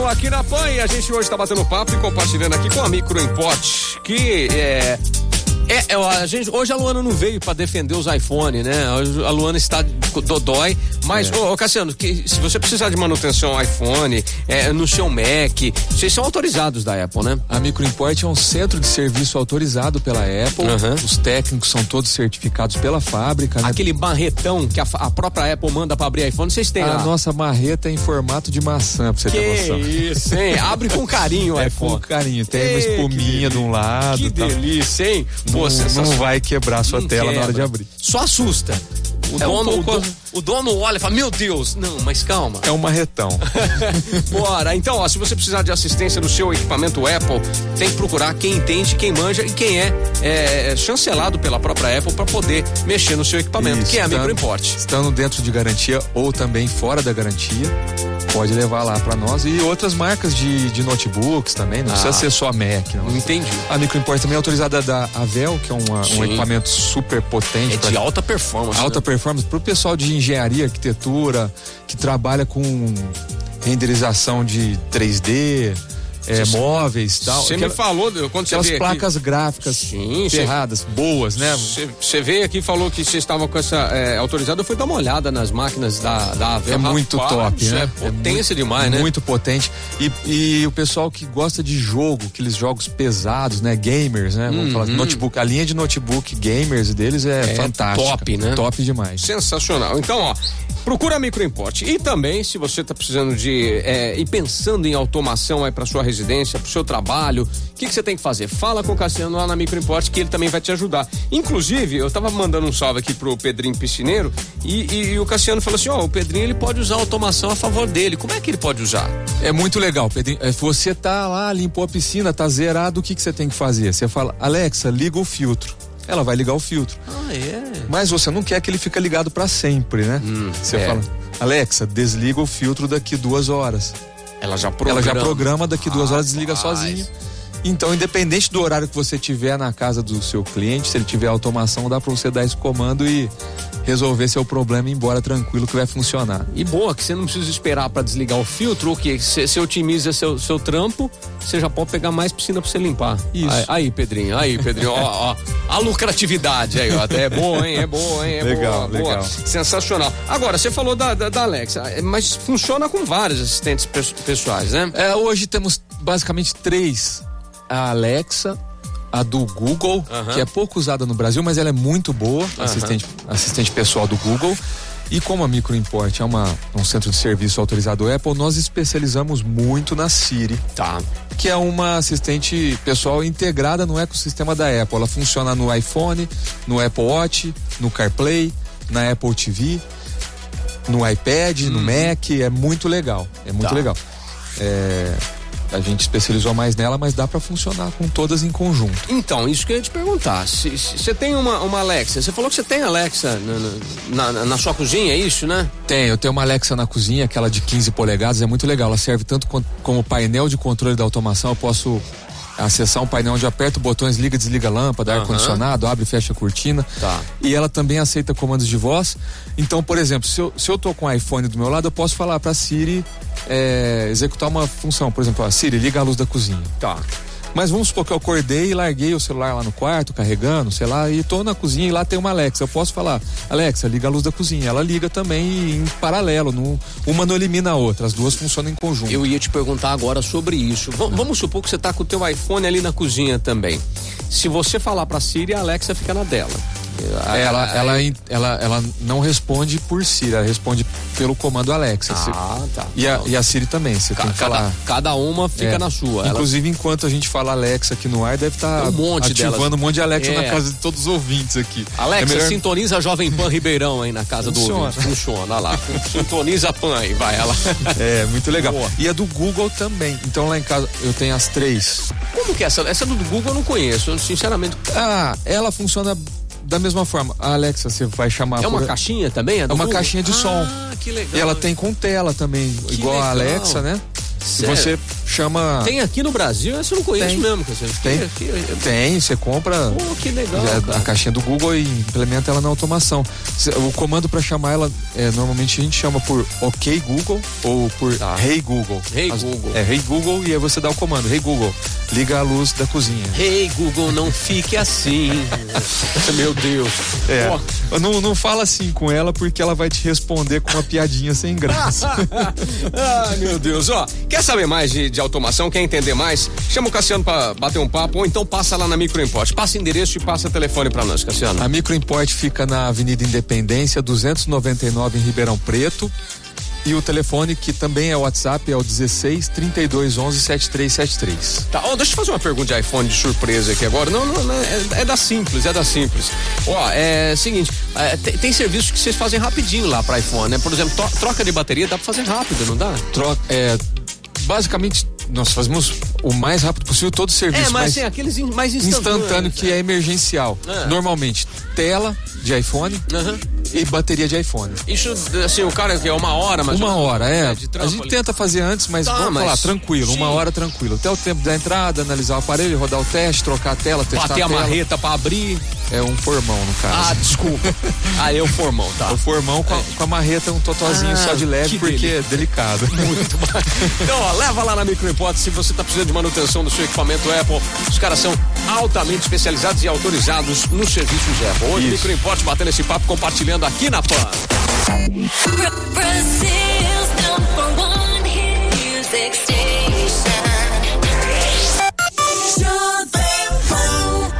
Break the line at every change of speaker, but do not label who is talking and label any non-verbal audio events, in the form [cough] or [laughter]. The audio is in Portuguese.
um aqui na PAN e a gente hoje está batendo papo e compartilhando aqui com a Micro Import, que é. É, é, a gente, hoje a Luana não veio para defender os iPhone, né? Hoje a Luana está dodói, mas, é. ô, ô, Cassiano, que, se você precisar de manutenção iPhone, é, no seu Mac, vocês são autorizados da Apple, né?
A Microimport é um centro de serviço autorizado pela Apple,
Aham.
os técnicos são todos certificados pela fábrica, né?
Aquele barretão que a, fa- a própria Apple manda para abrir iPhone, vocês têm
A
lá.
nossa marreta é em formato de maçã, pra você ter noção.
Que isso, hein? Abre com carinho o
[laughs] É com
iPhone.
carinho, tem uma
Ei,
espuminha de um lado.
Que
tá?
delícia, hein?
Não,
Pô,
não
sensacional.
vai quebrar a sua
Não
tela na hora
quebra.
de abrir.
é, Só assusta. O,
É um
dono, o
pouco-
dono- o dono olha e fala: Meu Deus, não, mas calma.
É um marretão.
[laughs] Bora. Então, ó, se você precisar de assistência no seu equipamento Apple, tem que procurar quem entende, quem manja e quem é, é, é, chancelado pela própria Apple para poder mexer no seu equipamento,
Isso,
que é a
tá?
microimporte.
Estando dentro de garantia ou também fora da garantia, pode levar lá pra nós. E outras marcas de, de notebooks também, não
Ah. Hum.
precisa ser só Mac. Não.
Entendi.
A microimport também é autorizada da Avel, que é uma-
Sim.
um equipamento super potente.
É
pra-
de alta performance.
alta
né?
performance para o pessoal de engenharia, arquitetura, que trabalha com renderização de 3D, é,
Você-
móveis e tal.
Você me
Aquela-
falou quando você
aquelas
veio aqui.
placas gráficas
Sim, você-
ferradas, boas, né?
Você veio aqui e falou que vocês estavam com essa é, autorizada. Eu fui dar uma olhada nas máquinas da, da Avel.
É muito
Rapaz,
top,
isso
né?
É potência demais, né?
Muito potente. E, e o pessoal que gosta de jogo, aqueles jogos pesados, né? Gamers, né? Vamos
Uhum.
falar. Notebook, a linha de notebook gamers deles é, fantástica.
top, né?
Top demais.
Sensacional. Então, ó, procura a Microimporte. E também, se você está precisando de. É, e pensando em automação aí para sua residência, para seu trabalho, o que, que você tem que fazer? Fala com o Cassiano lá na Microimporte, que ele também vai te ajudar. Inclusive, eu estava mandando um salve aqui pro Pedrinho Piscineiro e, e- e o Cassiano falou assim: ó, o Pedrinho ele pode usar a automação a favor dele. Como é que ele pode usar?
É muito legal, Pedrinho. É, Você tá lá, limpou a piscina, tá zerado, o que, que você tem que fazer? Você fala, Alexa, liga o filtro. Ela vai ligar o filtro.
Ah, é.
Mas você não quer que ele fica ligado pra sempre, né? você
é.
fala, Alexa, desliga o filtro daqui duas horas.
Ela já programa. Ah,
Ela já programa, daqui duas horas desliga
Rapaz.
sozinho. Então, independente do horário que você tiver na casa do seu cliente, se ele tiver automação, dá pra você dar esse comando e resolver seu problema e ir embora tranquilo que vai funcionar.
E boa, que você não precisa esperar para desligar o filtro, o que você você otimiza seu, seu trampo, você já pode pegar mais piscina para você limpar.
Isso.
Aí, aí, Pedrinho, aí, Pedrinho, ó, ó. A lucratividade aí, ó. É boa, hein? É boa, hein? É
Legal,
boa, boa.
legal.
Sensacional. Agora, você falou da, da, da Alexa, é, mas funciona com vários assistentes pe- pessoais, né?
É, hoje temos basicamente três: a Alexa, a do Google,
Aham.
que é pouco usada no Brasil, mas ela é muito boa, assistente, assistente pessoal do Google. E como a Microimport é uma, um centro de serviço autorizado Apple, nós especializamos muito na Siri,
Tá.
que é uma assistente pessoal integrada no ecossistema da Apple. Ela funciona no iPhone, no Apple Watch, no CarPlay, na Apple TV, no iPad, no Mac. É muito legal. É muito
Tá.
legal. É, a gente especializou mais nela, mas dá pra funcionar com todas em conjunto.
Então, isso que eu ia te perguntar. Se- se Você tem uma, uma Alexa, você falou que você tem Alexa na, na, na sua cozinha, é isso, né?
Tem, eu tenho uma Alexa na cozinha, aquela de 15 polegadas, é muito legal. Ela serve tanto con- como painel de controle da automação. Eu posso acessar um painel onde eu aperto botões, liga, desliga a lâmpada,
Aham.
ar-condicionado, abre e fecha a cortina.
Tá.
E ela também aceita comandos de voz. Então, por exemplo, se eu, se eu tô com o iPhone do meu lado, eu posso falar pra Siri é, executar uma função. Por exemplo, ó, Siri, liga a luz da cozinha.
Tá.
Mas vamos supor que eu acordei e larguei o celular lá no quarto, carregando, sei lá, e tô na cozinha e lá tem uma Alexa. Eu posso falar, Alexa, liga a luz da cozinha. Ela liga também em paralelo, não- uma não elimina a outra, as duas funcionam em conjunto.
Eu ia te perguntar agora sobre isso. Va- vamos supor que você tá com o teu iPhone ali na cozinha também. Se você falar pra Siri, a Alexa fica na dela.
É, Ela,
Ah, é.
ela, in- ela, ela não responde por Siri, ela responde pelo comando Alexa. Você-
Ah, tá.
e, a, e a Siri também, você tem
Ca-
que
cada,
falar.
cada uma fica
É.
na sua. Ela-
Inclusive, enquanto a gente fala Alexa aqui no ar, deve estar
Tem um monte
ativando
delas.
um monte de Alexa
É.
na casa de todos os ouvintes aqui. É
Alexa,
melhor-
sintoniza a Jovem Pan Ribeirão aí na casa do
Funciona.
ouvinte. Funciona, olha lá. sintoniza a Pan aí, vai
[laughs]
ela.
É, muito legal.
Boa.
E a do Google também. Então lá em casa eu tenho as três.
Como que é essa? Essa do Google eu não conheço, eu, sinceramente.
Ah, ela funciona da mesma forma. A Alexa, você vai chamar.
É uma
por-
caixinha também? do
É uma
Google?
caixinha de som.
Ah, que legal.
E ela tem com tela também, igual a
legal.
Alexa, né? E
Sério?
você chama.
Tem aqui no Brasil, essa eu não conheço
Tem.
mesmo, Cassiano.
Tem.
Aqui, aqui,
Tem, você compra.
Pô, que legal.
É,
cara.
a caixinha do Google e implementa ela na automação. Cê- O comando para chamar ela, é, normalmente a gente chama por OK Google ou por
Tá.
Hey Google.
Hey Google.
É Hey Google e aí você dá o comando. Hey Google, liga a luz da cozinha.
Ei, Google, não fique assim. Meu Deus.
É.
[laughs] Ó,
Não, não fala assim com ela porque ela vai te responder com uma piadinha sem
[laughs]
graça.
ah, meu Deus, ó. Quer saber mais de, de automação? Quer entender mais? Chama o Cassiano pra bater um papo ou então passa lá na Microimport. Passa endereço e passa telefone pra nós, Cassiano.
A Microimport fica na Avenida Independência, 299 em Ribeirão Preto. E o telefone, que também é WhatsApp, é o 16 32 11 7373.
Tá, ó, deixa eu fazer uma pergunta de iPhone de surpresa aqui agora. Não, não, não, é, é da Simples, é da Simples. Ó, é seguinte, é, tem, tem serviços que vocês fazem rapidinho lá pra iPhone, né? Por exemplo, to- troca de bateria dá pra fazer rápido, não dá?
troca. É, basicamente, nós fazemos o mais rápido possível todo o serviço.
É, mas
mas
tem aqueles in- mais instantâneos.
instantâneo que é emergencial.
É.
Normalmente, tela de iPhone
Aham.
e bateria de iPhone.
Isso, assim, o cara que é uma hora, mas.
Uma hora, é.
de trampo
A gente
ali.
tenta fazer antes, mas
Tá,
vamos
mas-
falar, tranquilo, uma
sim.
hora tranquilo. Até o tempo da entrada, analisar o aparelho, rodar o teste, trocar a tela, testar
Bater a,
a tela.
marreta pra abrir.
É um formão, no caso.
Tá Ah, [laughs] desculpa. ah, é o formão, tá.
O formão com a, com a marreta um totozinho
Ah,
só de leve,
que
porque é delicado.
Então, ó, leva lá na Microimport se você tá precisando de manutenção do seu equipamento Apple. Os caras são altamente especializados e autorizados nos serviços Apple. Hoje,
Isso.
Microimport batendo esse papo, compartilhando aqui na PAN.
Bra- Brazil's number one hit music station.